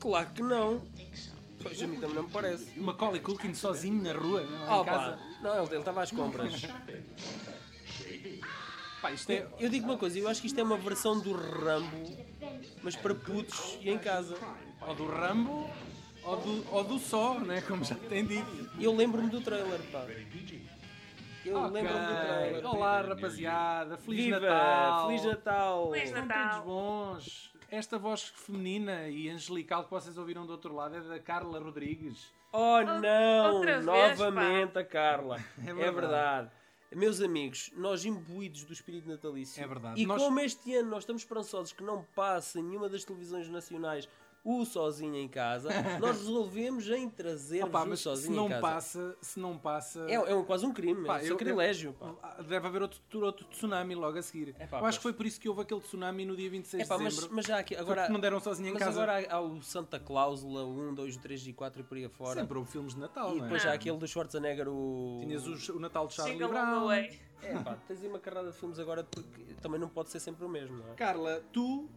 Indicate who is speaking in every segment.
Speaker 1: Claro que não. Pois a mim também não me parece.
Speaker 2: Macaulay Culkin sozinho na rua, não, é?
Speaker 1: Ah,
Speaker 2: em casa.
Speaker 1: pá. Não, ele ele estava às compras.
Speaker 2: Pá, isto é...
Speaker 1: Eu, eu digo uma coisa, eu acho que isto é uma versão do Rambo, mas para putos e em casa.
Speaker 2: Ou do Rambo, ou do, ou do Só, né? Como já tem dito.
Speaker 1: Eu lembro-me do trailer, pá. Eu
Speaker 2: Ok.
Speaker 1: lembro-me do trailer.
Speaker 2: Olá, rapaziada. Feliz
Speaker 1: Viva!
Speaker 2: Natal.
Speaker 1: Feliz Natal!
Speaker 3: Feliz
Speaker 2: Estão
Speaker 3: Natal.
Speaker 2: todos bons. Esta voz feminina e angelical que vocês ouviram do outro lado é da Carla Rodrigues.
Speaker 1: Oh não!
Speaker 3: Outra vez,
Speaker 1: Novamente a Carla. É verdade.
Speaker 2: verdade.
Speaker 1: Meus amigos, nós imbuídos do espírito natalício.
Speaker 2: É verdade.
Speaker 1: E
Speaker 2: Nós-
Speaker 1: como este ano nós estamos esperançosos que não passe em nenhuma das televisões nacionais o Sozinho em Casa, nós resolvemos em trazer
Speaker 2: Opa,
Speaker 1: o
Speaker 2: mas se
Speaker 1: Sozinho em
Speaker 2: não
Speaker 1: Casa.
Speaker 2: passa, se não passa.
Speaker 1: É, é um- quase um crime,
Speaker 2: Pá,
Speaker 1: é um
Speaker 2: eu-
Speaker 1: sacrilégio. pá.
Speaker 2: Ah, Deve haver outro, outro tsunami logo a seguir.
Speaker 1: É pá,
Speaker 2: eu
Speaker 1: pois.
Speaker 2: acho que foi por isso que houve aquele tsunami no dia 26
Speaker 1: É pá,
Speaker 2: de
Speaker 1: mas,
Speaker 2: dezembro.
Speaker 1: mas já aqui,
Speaker 2: Agora,
Speaker 1: agora,
Speaker 2: porque não deram sozinho em
Speaker 1: mas
Speaker 2: casa.
Speaker 1: agora há, há o Santa Cláusula 1, 2, 3 e 4 e por aí afora.
Speaker 2: Sempre houve filmes de Natal,
Speaker 1: E
Speaker 2: não é?
Speaker 1: depois já há aquele do Schwarzenegger, o.
Speaker 2: Tinhas o, o Natal de Charlie
Speaker 3: Single all the
Speaker 2: Brown.
Speaker 3: way.
Speaker 1: É pá, tens aí uma carrada de filmes agora porque também não pode ser sempre o mesmo, não é?
Speaker 2: Carla, tu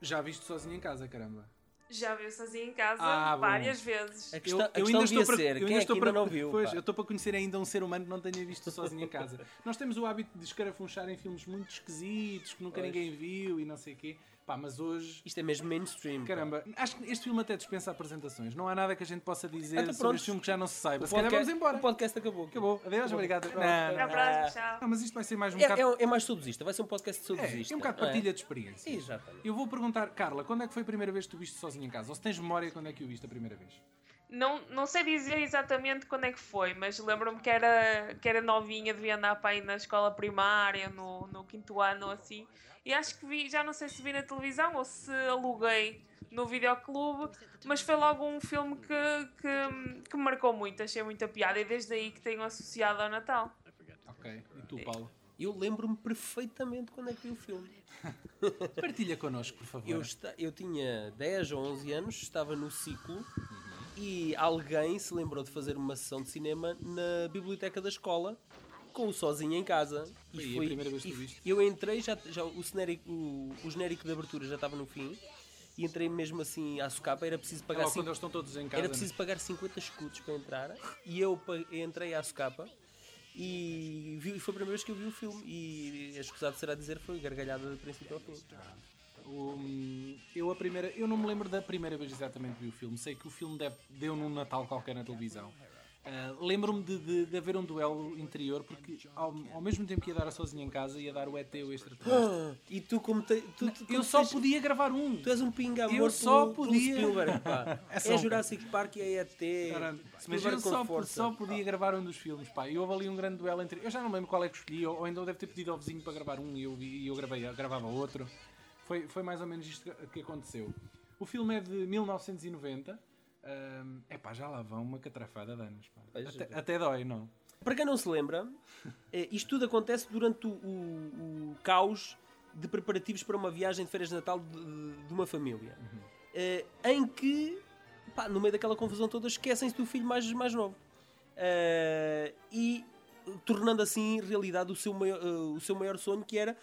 Speaker 2: já viste sozinho em casa, caramba.
Speaker 3: Já viu sozinho em casa
Speaker 2: Ah, bom.
Speaker 3: várias vezes.
Speaker 1: A questão, a questão devia ser,
Speaker 2: eu
Speaker 1: quem é que
Speaker 2: estou
Speaker 1: ainda não viu?
Speaker 2: Pois,
Speaker 1: pá?
Speaker 2: eu estou para conhecer ainda um ser humano que não tenha visto sozinho em casa. Nós temos o hábito de escarafunchar em filmes muito esquisitos, que nunca
Speaker 1: Pois.
Speaker 2: ninguém viu e não sei o quê. Pá, mas hoje.
Speaker 1: Isto é mesmo mainstream. pá.
Speaker 2: Caramba, acho que este filme até dispensa apresentações. Não há nada que a gente possa dizer
Speaker 1: Então,
Speaker 2: sobre
Speaker 1: pronto.
Speaker 2: este filme que já não se saiba.
Speaker 1: O
Speaker 2: Se calhar
Speaker 1: podcast-
Speaker 2: vamos embora.
Speaker 1: O podcast acabou.
Speaker 2: Acabou. Adeus, obrigado.
Speaker 1: Acabou.
Speaker 2: Não,
Speaker 3: Até à
Speaker 2: não,
Speaker 3: próxima, tchau.
Speaker 2: Não, mas isto vai ser mais um
Speaker 1: É,
Speaker 2: bocado.
Speaker 1: é- é mais subsista, vai ser um podcast de subsista.
Speaker 2: É, é um bocado de
Speaker 1: não
Speaker 2: partilha de experiência.
Speaker 1: Exatamente.
Speaker 2: Eu vou perguntar, Carla, quando é que foi a primeira vez que tu viste sozinho em casa? Ou se tens memória quando é que o viste a primeira vez?
Speaker 3: Não, não sei dizer exatamente quando é que foi, mas lembro-me que era, que era novinha, devia andar para aí na escola primária, no, no quinto ano ou assim. E acho que vi, já não sei se vi na televisão ou se aluguei no videoclube, mas foi logo um filme que, que, que me marcou muito, achei muita piada e desde aí que tenho associado ao Natal.
Speaker 2: Ok. E tu, Paulo?
Speaker 1: Eu lembro-me perfeitamente quando é que vi o filme.
Speaker 2: É. Partilha connosco, por favor.
Speaker 1: Eu, esta- eu tinha 10 ou 11 anos, estava no ciclo
Speaker 2: Uhum.
Speaker 1: e alguém se lembrou de fazer uma sessão de cinema na biblioteca da escola com o Sozinho em Casa.
Speaker 2: Foi aí a primeira vez que
Speaker 1: e
Speaker 2: tu viste?
Speaker 1: Eu entrei, já, já o, genérico, o, o genérico de abertura já estava no fim e entrei mesmo assim à socapa, era preciso
Speaker 2: É
Speaker 1: pagar
Speaker 2: logo
Speaker 1: cinco-
Speaker 2: quando eles estão todos em casa. né?
Speaker 1: Era preciso pagar 50 escudos para entrar e eu pa- entrei à socapa e vi, foi a primeira vez que eu vi o filme e é escusado será dizer foi gargalhada do princípio ao fim.
Speaker 2: Hum, eu a primeira, eu não me lembro da primeira vez exatamente que vi o filme. Sei que o filme deve- deu num Natal qualquer na televisão. Ah, Lembro-me de, de- de haver um duelo interior porque ao, ao mesmo tempo que ia dar a sozinha em casa ia dar o ET o extra.
Speaker 1: Ah, e tu como, te, tu, tu, como
Speaker 2: Eu só
Speaker 1: tens-
Speaker 2: podia gravar um.
Speaker 1: tu és um pinga amor
Speaker 2: Eu só
Speaker 1: pelo- pelo
Speaker 2: podia.
Speaker 1: Spielberg, pá.
Speaker 2: É só
Speaker 1: é
Speaker 2: um-
Speaker 1: Jurassic Park e é ET.
Speaker 2: Caramba, Mas
Speaker 1: Spielberg
Speaker 2: eu
Speaker 1: com
Speaker 2: só,
Speaker 1: força. Ah.
Speaker 2: só podia gravar um dos filmes, pá. E houve ali um grande duelo entre. Eu já não me lembro qual é que escolhi, ou, ou então deve ter pedido ao vizinho para gravar um e eu, vi- e eu, gravei, eu gravava outro. Foi, foi mais ou menos isto que aconteceu. O filme é de 1990. É pá, já lá vão uma catrafada de anos, pá.
Speaker 1: Pois,
Speaker 2: Até,
Speaker 1: já.
Speaker 2: até dói, não?
Speaker 1: Para quem não se lembra, eh, isto tudo acontece durante o, o- o caos de preparativos para uma viagem de férias de Natal de, de uma família. Eh, Em que, pá, no meio daquela confusão toda, esquecem-se do filho mais, mais novo. Eh, E tornando assim realidade o seu, maior, eh, o seu maior sonho, que era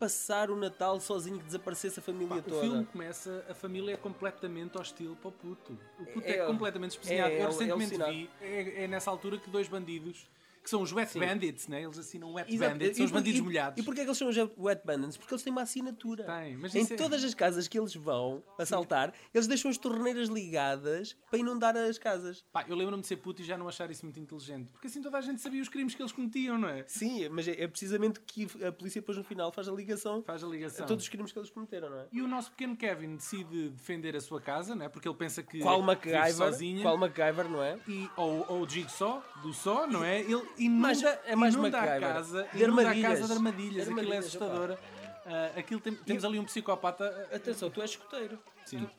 Speaker 1: passar o Natal sozinho, que desaparecesse a
Speaker 2: Pá,
Speaker 1: família
Speaker 2: o
Speaker 1: toda.
Speaker 2: filme começa, a família é completamente hostil para o puto. O puto é,
Speaker 1: É,
Speaker 2: completamente espezinhado.
Speaker 1: é, é, é
Speaker 2: eu recentemente
Speaker 1: alucinado.
Speaker 2: vi, é, é nessa altura que dois bandidos, que são os Wet Bandits, né? Eles assinam Wet
Speaker 1: Exato.
Speaker 2: Bandits, são os
Speaker 1: por-
Speaker 2: bandidos
Speaker 1: e,
Speaker 2: molhados.
Speaker 1: E porquê é que eles são os wet bandits? Porque eles têm uma assinatura.
Speaker 2: Têm, mas
Speaker 1: em
Speaker 2: isso é-
Speaker 1: todas as casas que eles vão assaltar, eles deixam as torneiras ligadas para inundar as casas.
Speaker 2: Pá, eu lembro-me de ser puto e já não achar isso muito inteligente. Porque assim toda a gente sabia os crimes que eles cometiam, não é?
Speaker 1: Sim, mas é, é precisamente que a polícia depois no final faz a ligação
Speaker 2: Faz a ligação.
Speaker 1: a todos os crimes que eles cometeram, não é?
Speaker 2: E o nosso pequeno Kevin decide defender a sua casa, não é? Porque ele pensa que
Speaker 1: Qual
Speaker 2: vive
Speaker 1: MacGyver,
Speaker 2: sozinha.
Speaker 1: qual MacGyver, não é?
Speaker 2: E, ou, ou o Jigsaw, do Só, não é? Ele inunda,
Speaker 1: Mas já é mais
Speaker 2: inunda a
Speaker 1: MacGyver.
Speaker 2: casa,
Speaker 1: De
Speaker 2: inunda a
Speaker 1: armadilhas.
Speaker 2: casa de armadilhas.
Speaker 1: De
Speaker 2: Aquilo é
Speaker 1: armadilhas,
Speaker 2: assustador. Ah, aquilo tem- temos ali um psicopata. ah,
Speaker 1: Atenção, tu és escoteiro.
Speaker 2: Sim.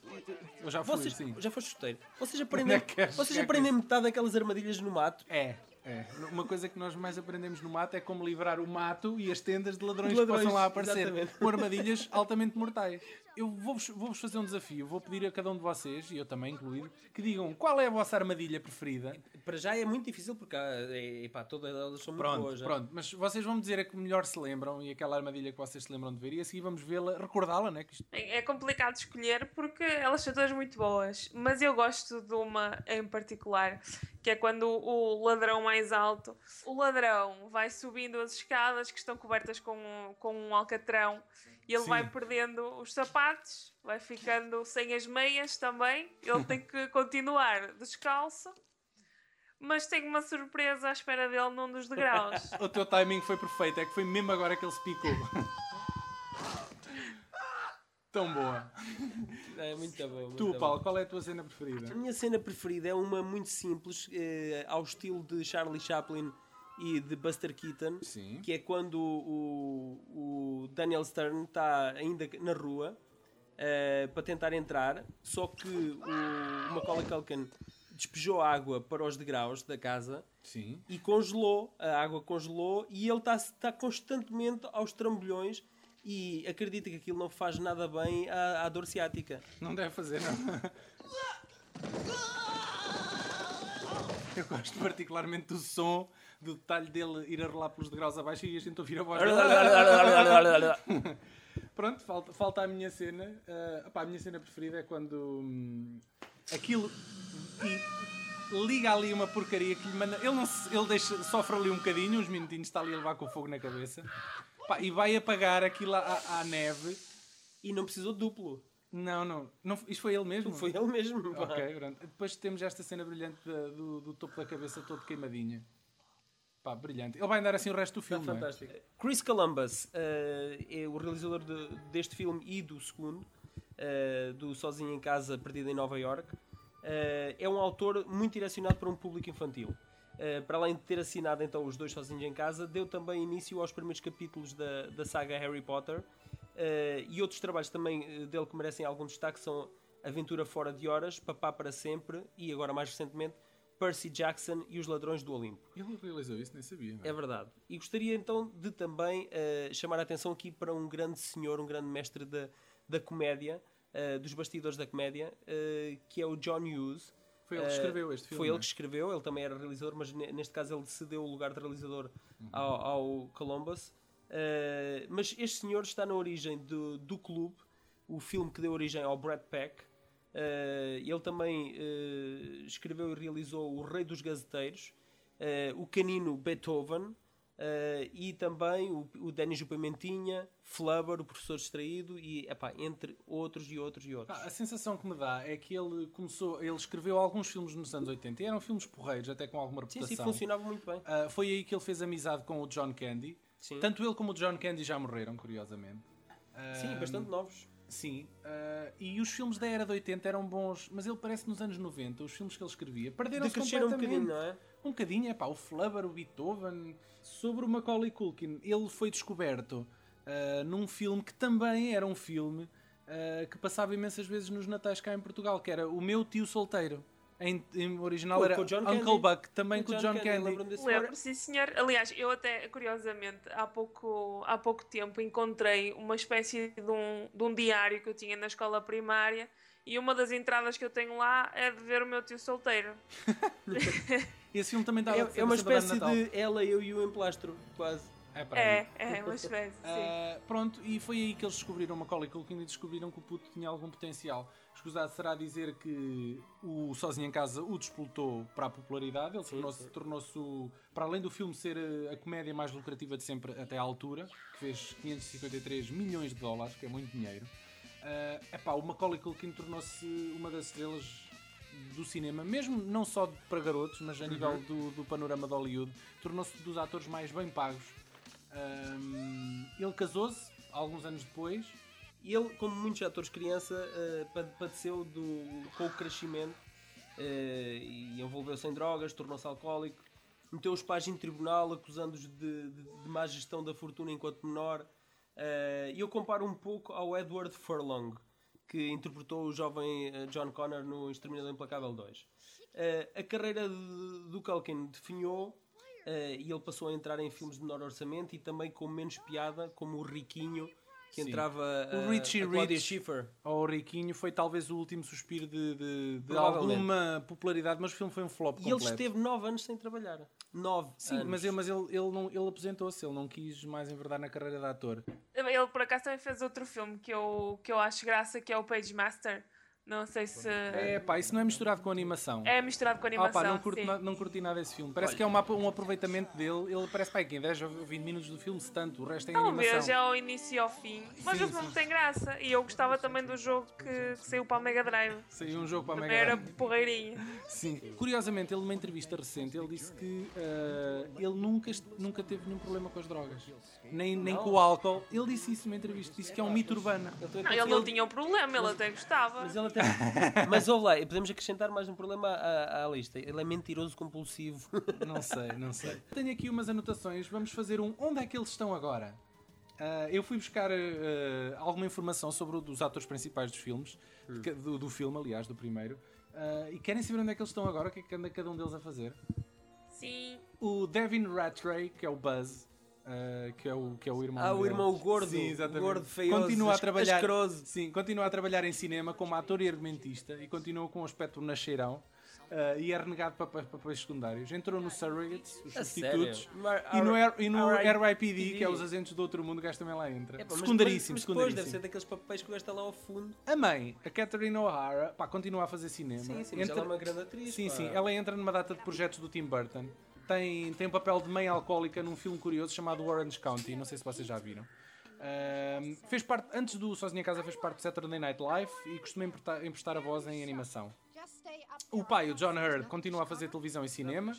Speaker 2: Eu já fui,
Speaker 1: Vocês,
Speaker 2: sim.
Speaker 1: já foste escoteiro. Vocês aprendem,
Speaker 2: é que queres
Speaker 1: vocês
Speaker 2: chegar com
Speaker 1: aprendem metade daquelas armadilhas no mato.
Speaker 2: É. É. Uma coisa que nós mais aprendemos no mato é como livrar o mato e as tendas de ladrões,
Speaker 1: De ladrões,
Speaker 2: que possam lá aparecer.
Speaker 1: exatamente.
Speaker 2: Com armadilhas altamente mortais. eu vou-vos vou-vos fazer um desafio. Vou pedir a cada um de vocês, e eu também incluído, que digam qual é a vossa armadilha preferida.
Speaker 1: Para já é muito difícil porque há, é, epá, todas elas são muito
Speaker 2: Pronto,
Speaker 1: boas. é? já.
Speaker 2: pronto. Mas vocês vão me dizer a que melhor se lembram e aquela armadilha que vocês se lembram de ver. E a seguir vamos vê-la, recordá-la, né? Que isto-
Speaker 3: É é complicado escolher porque elas são todas muito boas, mas eu gosto de uma em particular, que é quando o ladrão mais alto, o ladrão vai subindo as escadas que estão cobertas com um, com um alcatrão e ele
Speaker 2: Sim.
Speaker 3: vai perdendo os sapatos, vai ficando sem as meias também, ele tem que continuar descalço, mas tem uma surpresa à espera dele num dos degraus.
Speaker 2: O teu timing foi perfeito, é que foi mesmo agora que ele se picou. Tão boa.
Speaker 1: É muito bom. muito
Speaker 2: Tu,
Speaker 1: bom.
Speaker 2: Paulo, qual é a tua cena
Speaker 1: A
Speaker 2: preferida?
Speaker 1: minha cena preferida é uma muito simples, eh, ao estilo de Charlie Chaplin e de Buster Keaton,
Speaker 2: Sim.
Speaker 1: que é quando o, o Daniel Stern está ainda na rua eh, para tentar entrar, só que o Macaulay Culkin despejou água para os degraus da casa
Speaker 2: Sim.
Speaker 1: e congelou, a água congelou e ele está está constantemente aos trambolhões e acredita que aquilo não faz nada bem à, à dor ciática.
Speaker 2: Não deve fazer, não. Eu gosto particularmente do som, do detalhe dele ir a rolar pelos degraus abaixo e a gente ouvir a voz Pronto, falta, falta a minha cena. Ah, opá, a minha cena preferida é quando hum, aquilo e liga ali uma porcaria que lhe manda. Ele, não se- ele deixa, sofre ali um bocadinho, uns minutinhos está ali a levar com o fogo na cabeça Pá, e vai apagar aquilo à, à neve.
Speaker 1: E não precisou de duplo.
Speaker 2: Não, não, não. Isto foi ele mesmo?
Speaker 1: Foi ele mesmo. pá.
Speaker 2: Ok, pronto. Depois temos esta cena brilhante da- do, do topo da cabeça todo queimadinha. Pá, brilhante. Ele vai andar assim o resto do filme. não é?
Speaker 1: Tá Fantástico. Chris Columbus eh, é o realizador de- deste filme e do segundo, eh, do Sozinho em Casa, Perdido em Nova York. é um autor muito direcionado para um público infantil. Eh, para além de ter assinado então os dois Sozinhos em Casa, deu também início aos primeiros capítulos da, da saga Harry Potter. Eh, e outros trabalhos também eh, dele que merecem algum destaque são Aventura Fora de Horas, Papá para Sempre e agora mais recentemente Percy Jackson e os Ladrões do Olimpo.
Speaker 2: Ele realizou isso, nem sabia. não é?
Speaker 1: É verdade. E gostaria então de também eh, chamar a atenção aqui para um grande senhor, um grande mestre da, da comédia, eh, dos bastidores da comédia, eh, que é o John Hughes.
Speaker 2: Foi ele que
Speaker 1: Eh,
Speaker 2: escreveu este filme.
Speaker 1: Foi ele
Speaker 2: não é?
Speaker 1: que escreveu, ele também era realizador, mas ne- neste caso ele cedeu o lugar de realizador ao, ao Columbus. Eh, mas este senhor está na origem do, do Clube, o filme que deu origem ao Brad Pack. Eh, ele também eh, escreveu e realizou O Rei dos Gazeteiros, eh, O Canino Beethoven eh, e também o, o Denis Jupamentinha, Flubber, O Professor Distraído e, epá, entre outros e outros e outros.
Speaker 2: Pá, a sensação que me dá é que ele começou, ele escreveu alguns filmes nos anos 80 e eram filmes porreiros, até com alguma
Speaker 1: sim,
Speaker 2: reputação.
Speaker 1: sim, funcionava muito bem.
Speaker 2: Ah, foi aí que ele fez amizade com o John Candy.
Speaker 1: Sim.
Speaker 2: Tanto ele como o John Candy já morreram, curiosamente. Ah,
Speaker 1: Sim, bastante novos.
Speaker 2: Sim, ah, e os filmes da era de 80 eram bons, mas ele parece que nos anos 90, os filmes que ele escrevia, perderam-se
Speaker 1: Decresceram um
Speaker 2: completamente.
Speaker 1: bocadinho, não é?
Speaker 2: Um bocadinho, é pá, o Flubber, o Beethoven. Sobre o Macaulay Culkin, ele foi descoberto ah, num filme que também era um filme ah, que passava imensas vezes nos natais cá em Portugal, que era O Meu Tio Solteiro. Em, em original
Speaker 1: Com-
Speaker 2: era
Speaker 1: com o John
Speaker 2: Uncle
Speaker 1: Candy.
Speaker 2: Buck, também com o John, Candy.
Speaker 1: lembro-me desse
Speaker 3: Lembro,
Speaker 1: senhor.
Speaker 3: sim senhor. Aliás, eu até, curiosamente, há pouco, há pouco tempo encontrei uma espécie de um, de um diário que eu tinha na escola primária e uma das entradas que eu tenho lá é de ver o meu tio solteiro.
Speaker 2: Esse filme também dava
Speaker 1: É- É, uma
Speaker 2: sempre
Speaker 1: espécie
Speaker 2: Natal.
Speaker 1: de ela, eu e o emplastro, quase.
Speaker 2: É, para aí.
Speaker 3: É, é, uma espécie, sim.
Speaker 2: Ah, pronto, e foi aí que eles descobriram Macaulay Culkin e descobriram que o puto tinha algum potencial. Escusado será dizer que o Sozinho em Casa o despoltou para a popularidade, ele tornou-se, tornou-se o- para além do filme ser a, a comédia mais lucrativa de sempre até à altura, que fez 553 milhões de dólares, que é muito dinheiro. Ah, epá, o Macaulay Culkin tornou-se uma das estrelas do cinema, mesmo não só para garotos, mas a nível do, do panorama de Hollywood, tornou-se dos atores mais bem pagos. Ahm, ele casou-se alguns anos depois.
Speaker 1: E ele, como muitos atores criança, eh, pade- padeceu do, com o crescimento eh, e envolveu-se em drogas, tornou-se alcoólico, meteu os pais em tribunal acusando-os de, de, de má gestão da fortuna enquanto menor. Eh, E eu comparo um pouco ao Edward Furlong, que interpretou o jovem eh, John Connor no Exterminador Implacável 2. Eh, a carreira de- do Culkin definhou eh, e ele passou a entrar em filmes de menor orçamento e também com menos piada, como O Riquinho que
Speaker 2: Sim.
Speaker 1: entrava
Speaker 2: O
Speaker 1: a,
Speaker 2: Richie
Speaker 1: Ah, a Claudia
Speaker 2: Rich.
Speaker 1: Schiffer.
Speaker 2: ao Riquinho foi talvez o último suspiro de, de- de
Speaker 1: Provavelmente.
Speaker 2: alguma popularidade, mas o filme foi um flop
Speaker 1: E
Speaker 2: completo.
Speaker 1: ele esteve 9 anos sem trabalhar. 9
Speaker 2: Sim, mas, ele, mas ele, ele, não, ele aposentou-se, ele não quis mais enverdar na carreira de ator.
Speaker 3: Ele por acaso também fez outro filme que eu, que eu acho graça, que é o Page Master. Não sei se. É,
Speaker 2: É pá, isso não é misturado com animação.
Speaker 3: misturado
Speaker 2: Ah,
Speaker 3: com animação.
Speaker 2: pá, não, curto
Speaker 3: sim.
Speaker 2: na- não curti nada esse filme. Parece que é uma- um aproveitamento dele. Ele parece pá, aqui em 10 ou 20 minutos do filme, se tanto. O resto é em
Speaker 3: Talvez
Speaker 2: animação.
Speaker 3: é ao início e ao fim. Mas
Speaker 2: Sim,
Speaker 3: o filme
Speaker 2: sim.
Speaker 3: tem graça. E eu gostava também do jogo que, que saiu para o Mega Drive.
Speaker 2: Saiu um jogo para a
Speaker 3: Também
Speaker 2: Mega
Speaker 3: era
Speaker 2: Drive.
Speaker 3: porreirinho.
Speaker 2: Sim. Curiosamente, ele numa entrevista recente, ele disse que ah, ele nunca, est- nunca teve nenhum problema com as drogas. Nem, nem com o álcool. Ele disse isso numa entrevista. Disse que é um mito urbano. Ele-
Speaker 3: Não, ele não tinha um problema, ele até gostava.
Speaker 1: Mas ele até. mas ouve lá, podemos acrescentar mais um problema à, à lista. Ele é mentiroso compulsivo.
Speaker 2: Não sei, não sei. Tenho aqui umas anotações. Vamos fazer um. Onde é que eles estão agora? Ah, eu fui buscar ah, ah, alguma informação sobre o- dos atores principais dos filmes, de ca- do, do filme, aliás, do primeiro. Ah, e querem saber onde é que eles estão agora? O que é que anda cada um deles a fazer?
Speaker 3: Sim.
Speaker 2: O Devin Rattray, que é o Buzz, ah, que, é o, que é o irmão
Speaker 1: Ah, o
Speaker 2: dele.
Speaker 1: irmão gordo.
Speaker 2: Sim, exatamente.
Speaker 1: O gordo feioso,
Speaker 2: Continua a
Speaker 1: as-
Speaker 2: trabalhar.
Speaker 1: asqueroso.
Speaker 2: Sim, continua a trabalhar em cinema como ator e argumentista e continua com o aspecto nasceirão. ah, e é renegado para pa- papéis secundários. Entrou no Surrogates, os
Speaker 1: A
Speaker 2: substitutos.
Speaker 1: sério? No R-
Speaker 2: E no, R- e no
Speaker 1: R-
Speaker 2: RIPD, que é os agentes do outro mundo, o gajo também lá entra.
Speaker 1: É, pá, mas
Speaker 2: secundaríssimo,
Speaker 1: depois, mas depois
Speaker 2: secundaríssimo.
Speaker 1: deve ser daqueles papéis que o gajo está lá ao fundo.
Speaker 2: A mãe, a Catherine O'Hara, pá, continua a fazer cinema.
Speaker 1: Sim, sim, mas ela é uma grande atriz,
Speaker 2: Sim,
Speaker 1: pá.
Speaker 2: sim, ela entra numa data de projetos do Tim Burton. Tem, tem um papel de mãe alcoólica num filme curioso chamado Orange County, não sei se vocês já viram. Ahm, fez parte, antes do Sozinha em Casa, fez parte do Saturday Night Live e costuma empreta- emprestar a voz em animação. O pai, o John Hurd, continua a fazer televisão e cinema.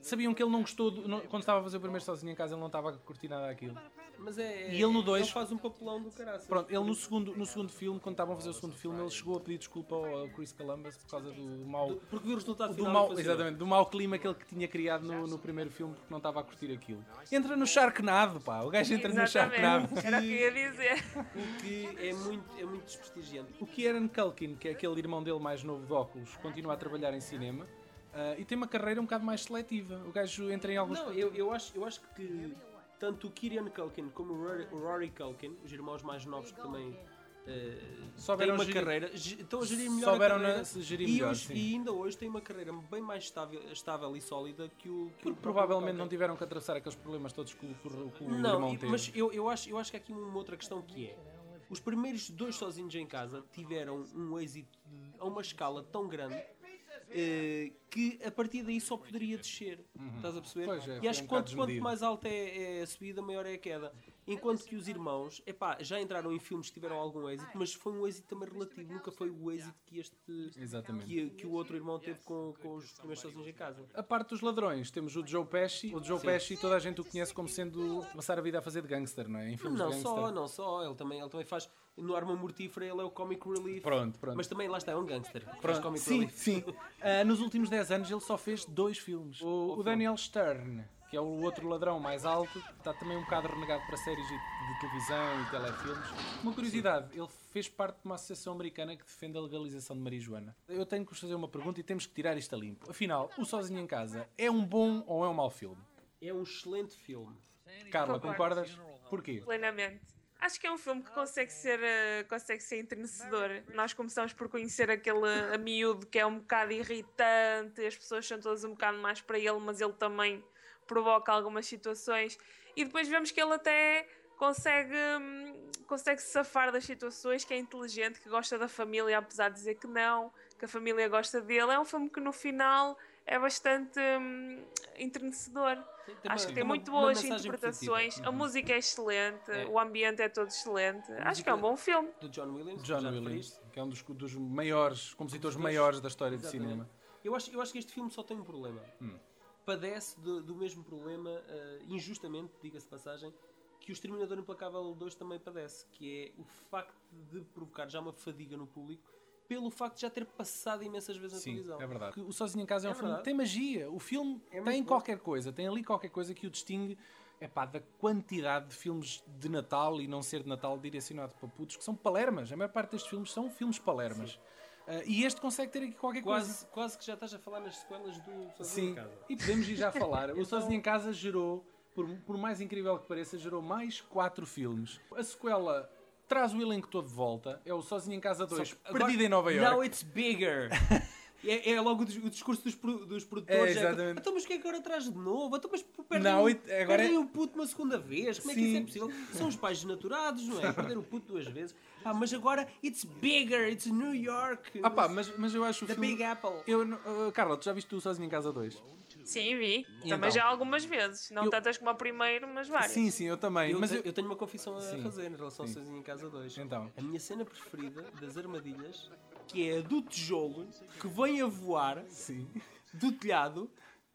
Speaker 2: Sabiam que ele não gostou, do- não- quando estava a fazer o primeiro Sozinho em Casa, ele não estava a curtir nada daquilo.
Speaker 1: Mas é,
Speaker 2: E ele no dois-
Speaker 1: Ele faz um papelão do caraças.
Speaker 2: Pronto, ele no segundo, no segundo filme, quando estavam a fazer o segundo filme, ele chegou a pedir desculpa ao ao Chris Columbus por causa do mau,
Speaker 1: Do- Porque viu o resultado
Speaker 2: do
Speaker 1: final. é e
Speaker 2: mau,
Speaker 1: fazia.
Speaker 2: exatamente, do mau clima que ele que tinha criado no, no primeiro filme porque não estava a curtir aquilo. Entra no Sharknado, pá, o gajo entra no Sharknado.
Speaker 3: Exatamente. Era o que eu ia dizer.
Speaker 1: O que é muito, é muito desprestigiante.
Speaker 2: O que Aaron Culkin, que é aquele irmão dele mais novo de óculos, continua a trabalhar em cinema ah, e tem uma carreira um bocado mais seletiva. O gajo entra em alguns.
Speaker 1: Não, eu, eu, acho, eu acho que tanto o Kieran Culkin como o Rory, o Rory Culkin, os irmãos mais novos que também eh, têm
Speaker 2: Souberam
Speaker 1: uma
Speaker 2: gerir-
Speaker 1: carreira, ge- estão a gerir melhor
Speaker 2: Souberam
Speaker 1: a carreira
Speaker 2: na- se gerir
Speaker 1: e,
Speaker 2: melhor,
Speaker 1: hoje-
Speaker 2: sim.
Speaker 1: e ainda hoje têm uma carreira bem mais estável, estável e sólida que o que o
Speaker 2: Porque
Speaker 1: próprio
Speaker 2: provavelmente
Speaker 1: Culkin.
Speaker 2: não tiveram que atravessar aqueles problemas todos que o, que o- que o
Speaker 1: Não,
Speaker 2: irmão
Speaker 1: e-
Speaker 2: teve.
Speaker 1: mas eu, eu, acho, eu acho que há aqui uma outra questão que é os primeiros dois sozinhos em casa tiveram um êxito de- a uma escala tão grande eh, que a partir daí só poderia descer. Estás a perceber?
Speaker 2: Pois é,
Speaker 1: e
Speaker 2: foi
Speaker 1: acho
Speaker 2: um
Speaker 1: que quanto,
Speaker 2: bocado
Speaker 1: quanto
Speaker 2: desmedido.
Speaker 1: mais alta é, é a subida, maior é a queda. Enquanto que os irmãos, epá, já entraram em filmes que tiveram algum êxito, mas foi um êxito também relativo, nunca foi o êxito que este
Speaker 2: Exatamente.
Speaker 1: que, que o outro irmão teve com, com os primeiros sozinhos em casa.
Speaker 2: A parte dos ladrões, temos o Joe Pesci. O Joe Pesci, toda a gente o conhece como sendo passar a vida a fazer de gangster, não é? Em filmes
Speaker 1: Não
Speaker 2: de
Speaker 1: só,
Speaker 2: gangster.
Speaker 1: não só, ele também, ele também faz no Arma Mortífera, ele é o Comic Relief.
Speaker 2: Pronto, pronto.
Speaker 1: Mas também lá está, é um gangster. Faz Comic
Speaker 2: Sim,
Speaker 1: Relief.
Speaker 2: sim. Ah, nos últimos 10 anos ele só fez dois filmes. O, o Daniel Stern, que é o outro ladrão mais alto, está também um bocado renegado para séries de, de televisão e telefilmes. Uma curiosidade, ele fez parte de uma associação americana que defende a legalização de marijuana. Eu tenho que vos fazer uma pergunta e temos que tirar isto a limpo. Afinal, o Sozinho em Casa é um bom ou é um mau filme?
Speaker 1: É um excelente filme.
Speaker 2: Carla,
Speaker 3: Concordo.
Speaker 2: concordas? Porquê?
Speaker 3: Plenamente. Acho que é um filme que consegue ser, eh, consegue ser enternecedor. Nós começamos por conhecer aquele a miúdo que é um bocado irritante, as pessoas são todas um bocado mais para ele, mas ele também provoca algumas situações. E depois vemos que ele até consegue, hum, consegue se safar das situações, que é inteligente, que gosta da família, apesar de dizer que não, que a família gosta dele. É um filme que no final é bastante hum, enternecedor. Acho que tem muito boas interpretações. A música é excelente,
Speaker 1: É.
Speaker 3: o ambiente é todo excelente. Acho que é um bom filme.
Speaker 1: Do John Williams.
Speaker 2: John
Speaker 1: já
Speaker 2: Williams,
Speaker 1: referiste.
Speaker 2: que é um dos, dos maiores compositores
Speaker 1: Dos-
Speaker 2: maiores da história de
Speaker 1: Exatamente.
Speaker 2: cinema. Hum.
Speaker 1: Eu acho, eu acho que este filme só tem um problema. Padece do, do mesmo problema, eh, injustamente, diga-se de passagem, que o Exterminador Implacável 2 também padece, que é o facto de provocar já uma fadiga no público pelo facto de já ter passado imensas vezes na
Speaker 2: Sim,
Speaker 1: televisão.
Speaker 2: é verdade. O Sozinho em Casa é,
Speaker 1: É
Speaker 2: um filme que
Speaker 1: verdade. É
Speaker 2: tem magia. O filme tem
Speaker 1: muito bom.
Speaker 2: qualquer coisa, tem ali qualquer coisa que o distingue epá, da quantidade de filmes de Natal e não ser de Natal direcionado para putos, que são palermas. A maior parte destes filmes são filmes palermas. Ah, e este consegue ter aqui qualquer coisa.
Speaker 1: Quase, quase que já estás a falar nas sequelas do Sozinho em
Speaker 2: Sim,
Speaker 1: Casa.
Speaker 2: e podemos ir já falar. O Sozinho em Casa gerou, por, por mais incrível que pareça, gerou mais quatro filmes. A sequela traz o elenco todo de volta. É o Sozinho em Casa 2,
Speaker 1: Só-
Speaker 2: perdido
Speaker 1: agora-
Speaker 2: em Nova
Speaker 1: Now
Speaker 2: York.
Speaker 1: it's bigger. é, é logo o dis- o discurso dos, pro- dos produtores.
Speaker 2: É,
Speaker 1: que,
Speaker 2: exatamente.
Speaker 1: então, mas o que é que agora traz de novo? Então, mas perdem,
Speaker 2: Now
Speaker 1: o-
Speaker 2: it- agora
Speaker 1: perdem
Speaker 2: é-
Speaker 1: o puto uma segunda vez. Como é que
Speaker 2: Sim.
Speaker 1: isso é possível? São os pais desnaturados, não é? Perderam o puto duas vezes. Ah, mas agora it's bigger, it's New York.
Speaker 2: Ah pá, mas, mas eu acho o
Speaker 1: The
Speaker 2: filme...
Speaker 1: Big Apple.
Speaker 2: Eu, não- ah, Carla, tu já viste o Sozinho em Casa 2?
Speaker 3: Sim, vi.
Speaker 2: E então?
Speaker 3: Também já algumas vezes. Não
Speaker 2: Eu-
Speaker 3: tantas como a primeira, mas várias.
Speaker 2: Sim, sim, eu também.
Speaker 1: Eu,
Speaker 2: mas
Speaker 1: te-
Speaker 2: eu-
Speaker 1: eu tenho uma confissão a
Speaker 2: Sim.
Speaker 1: fazer em relação
Speaker 2: Sim.
Speaker 1: ao Sozinho em Casa 2.
Speaker 2: Então.
Speaker 1: A minha cena preferida das armadilhas, que é a do tijolo que vem a voar
Speaker 2: Sim.
Speaker 1: do telhado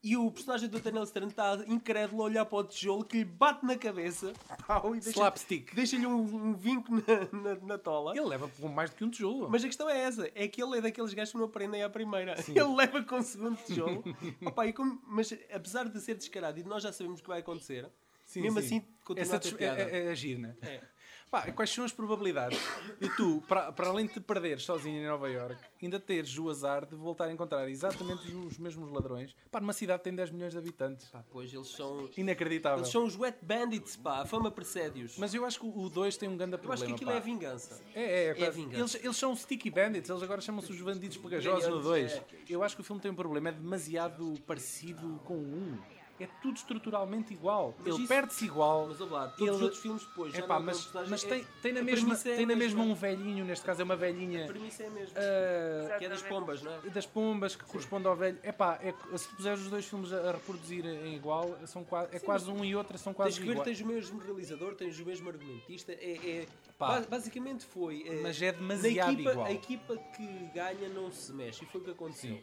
Speaker 1: e o personagem do Daniel Stern está incrédulo a olhar para o tijolo que lhe bate na cabeça pau, e deixa-
Speaker 2: Slapstick.
Speaker 1: deixa-lhe um, um vinco na, na, na tola.
Speaker 2: Ele leva com mais do que um tijolo.
Speaker 1: Mas a questão é essa, é que ele é daqueles gajos que não aprendem à primeira. Ele leva com o segundo tijolo. Opa, e como- mas apesar de ser descarado e de nós já sabemos o que vai acontecer,
Speaker 2: Sim,
Speaker 1: mesmo
Speaker 2: sim.
Speaker 1: assim continua
Speaker 2: Essa
Speaker 1: a ter
Speaker 2: des- é,
Speaker 1: piada.
Speaker 2: é, é agir, né?
Speaker 1: É.
Speaker 2: Pá, quais são as probabilidades de tu, para, para além de te perderes sozinho em Nova York, ainda teres o azar de voltar a encontrar exatamente os mesmos ladrões? Pá, numa cidade que tem 10 milhões de habitantes.
Speaker 1: Pá, pois eles são,
Speaker 2: Inacreditável.
Speaker 1: eles são os wet bandits, pá, a fama precede-os.
Speaker 2: Mas eu acho que o 2 tem um grande
Speaker 1: Eu
Speaker 2: problema.
Speaker 1: acho que aquilo
Speaker 2: pá.
Speaker 1: é vingança.
Speaker 2: É, é, é, quase.
Speaker 1: vingança.
Speaker 2: eles, eles são sticky bandits, eles agora chamam-se os bandidos pegajosos no
Speaker 1: Bandidos,
Speaker 2: 2.
Speaker 1: é.
Speaker 2: Eu acho que o filme tem um problema, é demasiado parecido com o 1. É tudo estruturalmente igual.
Speaker 1: Mas
Speaker 2: ele
Speaker 1: isso-
Speaker 2: perde-se igual.
Speaker 1: Mas olha lá, todos
Speaker 2: Ele-
Speaker 1: os outros filmes depois. já
Speaker 2: Epá,
Speaker 1: não é
Speaker 2: mas,
Speaker 1: personagem,
Speaker 2: mas
Speaker 1: é-
Speaker 2: tem, tem na
Speaker 1: a
Speaker 2: mesma,
Speaker 1: premissa é a
Speaker 2: tem na
Speaker 1: mesma.
Speaker 2: mesma um velhinho, neste caso é uma velhinha
Speaker 1: A premissa é a mesma.
Speaker 2: ah,
Speaker 1: que é das
Speaker 3: Exatamente.
Speaker 1: pombas, não é?
Speaker 2: das pombas que corresponde ao velho. Epá, é, que se tu puseres os dois filmes a, a reproduzir em igual, são qua- é quase um e outro, são
Speaker 1: Tens
Speaker 2: quase
Speaker 1: que ver,
Speaker 2: iguais.
Speaker 1: tens o mesmo realizador, tens o mesmo argumentista. É, é-
Speaker 2: Pá.
Speaker 1: ba- basicamente foi. é,
Speaker 2: Mas é
Speaker 1: na
Speaker 2: demasiado
Speaker 1: equipa-
Speaker 2: igual.
Speaker 1: A equipa que ganha não se mexe. E foi o que aconteceu.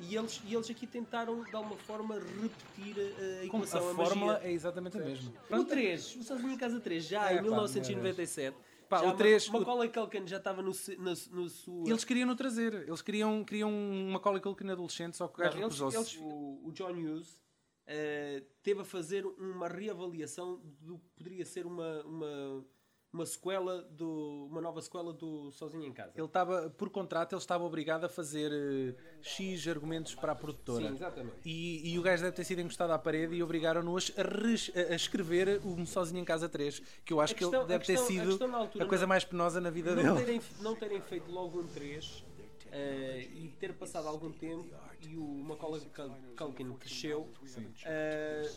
Speaker 1: E eles, e eles aqui tentaram, de alguma forma, repetir eh, a- a
Speaker 2: Com- A
Speaker 1: equação, a,
Speaker 2: fórmula
Speaker 1: magia.
Speaker 2: é exatamente a mesma.
Speaker 1: O 3, o Sozinho em Casa 3, já
Speaker 2: É,
Speaker 1: em
Speaker 2: pá,
Speaker 1: 1997.
Speaker 2: Pá,
Speaker 1: já
Speaker 2: o
Speaker 1: Ma-
Speaker 2: três- o-
Speaker 1: Macaulay Culkin já estava no, se- na, no sua...
Speaker 2: Eles queriam no trazer, eles queriam, queriam uma cola na adolescente, só que o
Speaker 1: Não,
Speaker 2: gajo
Speaker 1: eles,
Speaker 2: recusou-se.
Speaker 1: eles- o, o John Hughes eh, teve a fazer uma reavaliação do que poderia ser uma, uma, uma sequela, do, uma nova sequela do Sozinho em Casa.
Speaker 2: Ele estava, por contrato, ele estava obrigado a fazer eh, X argumentos para a produtora.
Speaker 1: Sim, exatamente.
Speaker 2: E, e o gajo deve ter sido encostado à parede e obrigaram-no a, es- a res- a- a escrever o Sozinho em Casa 3, que eu acho
Speaker 1: A
Speaker 2: que
Speaker 1: questão-
Speaker 2: ele
Speaker 1: a
Speaker 2: deve ter
Speaker 1: questão- a
Speaker 2: sido
Speaker 1: questão na altura
Speaker 2: a coisa
Speaker 1: não-
Speaker 2: mais penosa na vida
Speaker 1: Não
Speaker 2: dele.
Speaker 1: terem, não terem feito logo um 3 eh, e ter passado algum tempo e o Macaulay Cal- Culkin cresceu eh,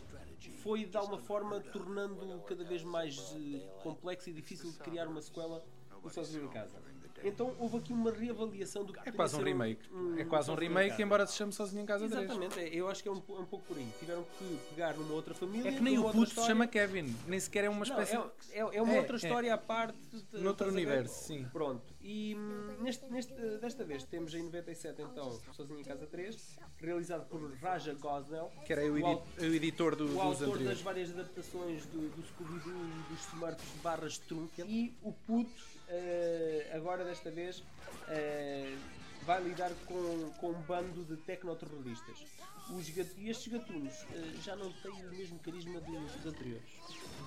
Speaker 1: foi de alguma forma tornando cada vez mais eh, complexo e difícil de criar uma sequela do Sozinho em Casa. Então houve aqui uma reavaliação do que
Speaker 2: É quase um remake. É quase um
Speaker 1: Sozinho em
Speaker 2: remake,
Speaker 1: Casa.
Speaker 2: embora se chame Sozinho em Casa 3.
Speaker 1: Exatamente, é, eu acho que é um, po- é um pouco por aí. Tiveram que pegar numa outra família.
Speaker 2: É que nem
Speaker 1: numa
Speaker 2: o
Speaker 1: outra
Speaker 2: puto se
Speaker 1: história.
Speaker 2: chama Kevin, nem sequer é uma
Speaker 1: Não,
Speaker 2: espécie.
Speaker 1: é, é- é uma
Speaker 2: É,
Speaker 1: outra
Speaker 2: é.
Speaker 1: história à parte. de-
Speaker 2: Noutro
Speaker 1: estás a ver?
Speaker 2: universo, sim.
Speaker 1: Pronto. E hum, neste, neste, desta vez temos em 97, então, Sozinho em Casa 3, realizado por Raja Gosnell.
Speaker 2: Que era o, edi-
Speaker 1: au-
Speaker 2: o editor
Speaker 1: o
Speaker 2: do- um dos
Speaker 1: autor das
Speaker 2: anteriores.
Speaker 1: várias adaptações do, do Scooby-Doo e dos Smurfs barras Trunk. E o puto, eh, agora desta vez, eh, vai lidar com, com um bando de tecnoterroristas. Os gat- e estes gatunos eh, já não têm o mesmo carisma dos- dos anteriores.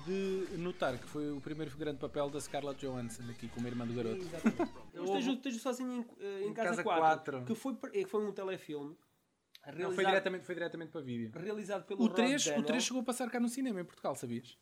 Speaker 2: De notar que foi o primeiro grande papel da Scarlett Johansson, aqui como irmã do garoto.
Speaker 1: Exatamente. Mas tens, o- tens o Sozinho em, eh, em Casa, 4,
Speaker 2: quatro.
Speaker 1: que foi, per- eh, foi um telefilme
Speaker 2: Não,
Speaker 1: realizado,
Speaker 2: foi diretamente, foi diretamente para vídeo.
Speaker 1: realizado pelo
Speaker 2: O
Speaker 1: Ron
Speaker 2: 3, o
Speaker 1: Dennell.
Speaker 2: 3 chegou a passar cá no cinema em Portugal, sabias?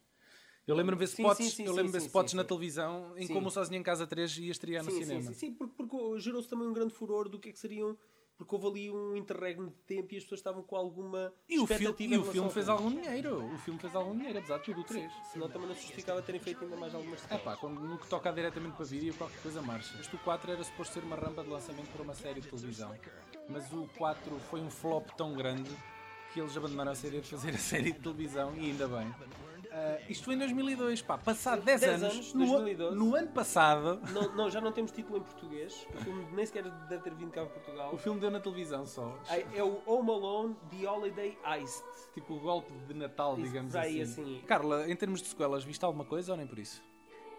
Speaker 2: Eu lembro-me de ver
Speaker 1: Sim,
Speaker 2: spots,
Speaker 1: sim, sim,
Speaker 2: eu
Speaker 1: sim,
Speaker 2: lembro de ver
Speaker 1: sim,
Speaker 2: spots
Speaker 1: sim,
Speaker 2: na
Speaker 1: sim.
Speaker 2: televisão em
Speaker 1: Sim.
Speaker 2: como o Sozinho em Casa 3 ia estrear no
Speaker 1: sim,
Speaker 2: cinema.
Speaker 1: Sim, sim, sim, porque, porque gerou-se também um grande furor do que é que seriam. Porque houve ali um interregno de tempo e as pessoas estavam com alguma
Speaker 2: E, o filme,
Speaker 1: expectativa
Speaker 2: e
Speaker 1: em
Speaker 2: o
Speaker 1: relação
Speaker 2: filme
Speaker 1: ao
Speaker 2: fez algum dinheiro. O filme fez algum dinheiro, apesar de tudo, o 3.
Speaker 1: Senão também não se justificava terem feito ainda mais algumas
Speaker 2: É
Speaker 1: sequelas.
Speaker 2: pá, quando no que toca diretamente para vídeo, qualquer coisa marcha. Este o 4 era suposto ser uma rampa de lançamento para uma série de televisão. Mas o 4 foi um flop tão grande que eles abandonaram a série de fazer a série de televisão e ainda bem. Ah, isto foi em 2002, pá, passado 10,
Speaker 1: Dez
Speaker 2: anos,
Speaker 1: anos,
Speaker 2: no,
Speaker 1: 2012.
Speaker 2: no ano passado,
Speaker 1: Não, não, já não temos título em português. O filme nem sequer deve ter vindo cá a Portugal.
Speaker 2: O filme deu na televisão só.
Speaker 1: É- É o Home Alone The Holiday Heist.
Speaker 2: Tipo o golpe de Natal,
Speaker 1: Isso,
Speaker 2: digamos
Speaker 1: por aí,
Speaker 2: assim.
Speaker 1: assim.
Speaker 2: Carla, em termos de sequelas, viste alguma coisa ou nem por isso?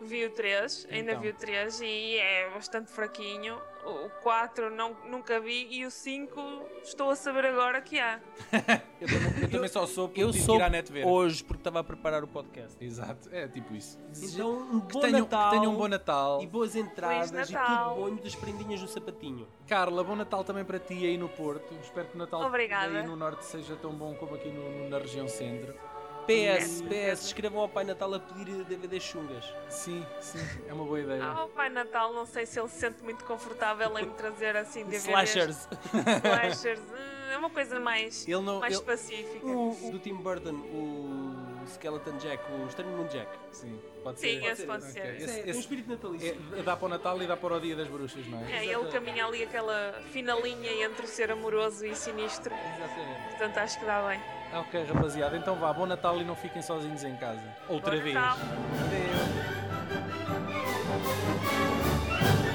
Speaker 3: Vi o 3, ainda
Speaker 2: Então.
Speaker 3: vi o 3 e é bastante fraquinho. O 4 não, nunca vi e o 5 estou a saber agora que há.
Speaker 2: Eu também, só soube porque
Speaker 1: Eu
Speaker 2: tive
Speaker 1: sou
Speaker 2: que ir à net ver.
Speaker 1: hoje porque estava a preparar o podcast.
Speaker 2: Exato, é tipo isso.
Speaker 1: Então, um bom
Speaker 2: tenham,
Speaker 1: Natal.
Speaker 2: que tenham um bom Natal.
Speaker 1: e boas entradas e tudo
Speaker 3: Natal.
Speaker 1: bom e muitas prendinhas no sapatinho.
Speaker 2: Carla, bom Natal também para ti aí no Porto. Espero que o Natal
Speaker 3: Obrigada.
Speaker 2: aí no Norte seja tão bom como aqui no- no- na região centro.
Speaker 1: PS, PS, escrevam ao Pai Natal a pedir DVD chungas.
Speaker 2: Sim, sim, é uma boa ideia.
Speaker 3: Ah, o Pai Natal, não sei se ele se sente muito confortável em me trazer assim DVDs.
Speaker 1: Slashers.
Speaker 3: Slashers. hum, É uma coisa mais,
Speaker 2: Ele não-
Speaker 3: mais
Speaker 2: ele-
Speaker 3: pacífica.
Speaker 1: O, o do Tim Burton, o Skeleton Jack, o Estranho Mundo Jack.
Speaker 2: Sim, pode
Speaker 3: Sim,
Speaker 2: ser.
Speaker 3: esse pode
Speaker 2: Ok,
Speaker 3: ser.
Speaker 1: Esse, é, tem um espírito natalício.
Speaker 2: é- dá para o Natal e dá para o Dia das Bruxas, não é?
Speaker 3: É, ele caminha ali aquela fina linha entre ser amoroso e sinistro.
Speaker 1: Exatamente.
Speaker 3: Portanto, acho que dá bem.
Speaker 2: Ah, Ok, rapaziada, então vá, bom Natal e não fiquem sozinhos em
Speaker 1: é,
Speaker 3: tá.
Speaker 2: casa. Outra
Speaker 3: Bom
Speaker 2: vez.
Speaker 3: Natal.
Speaker 2: Adeus.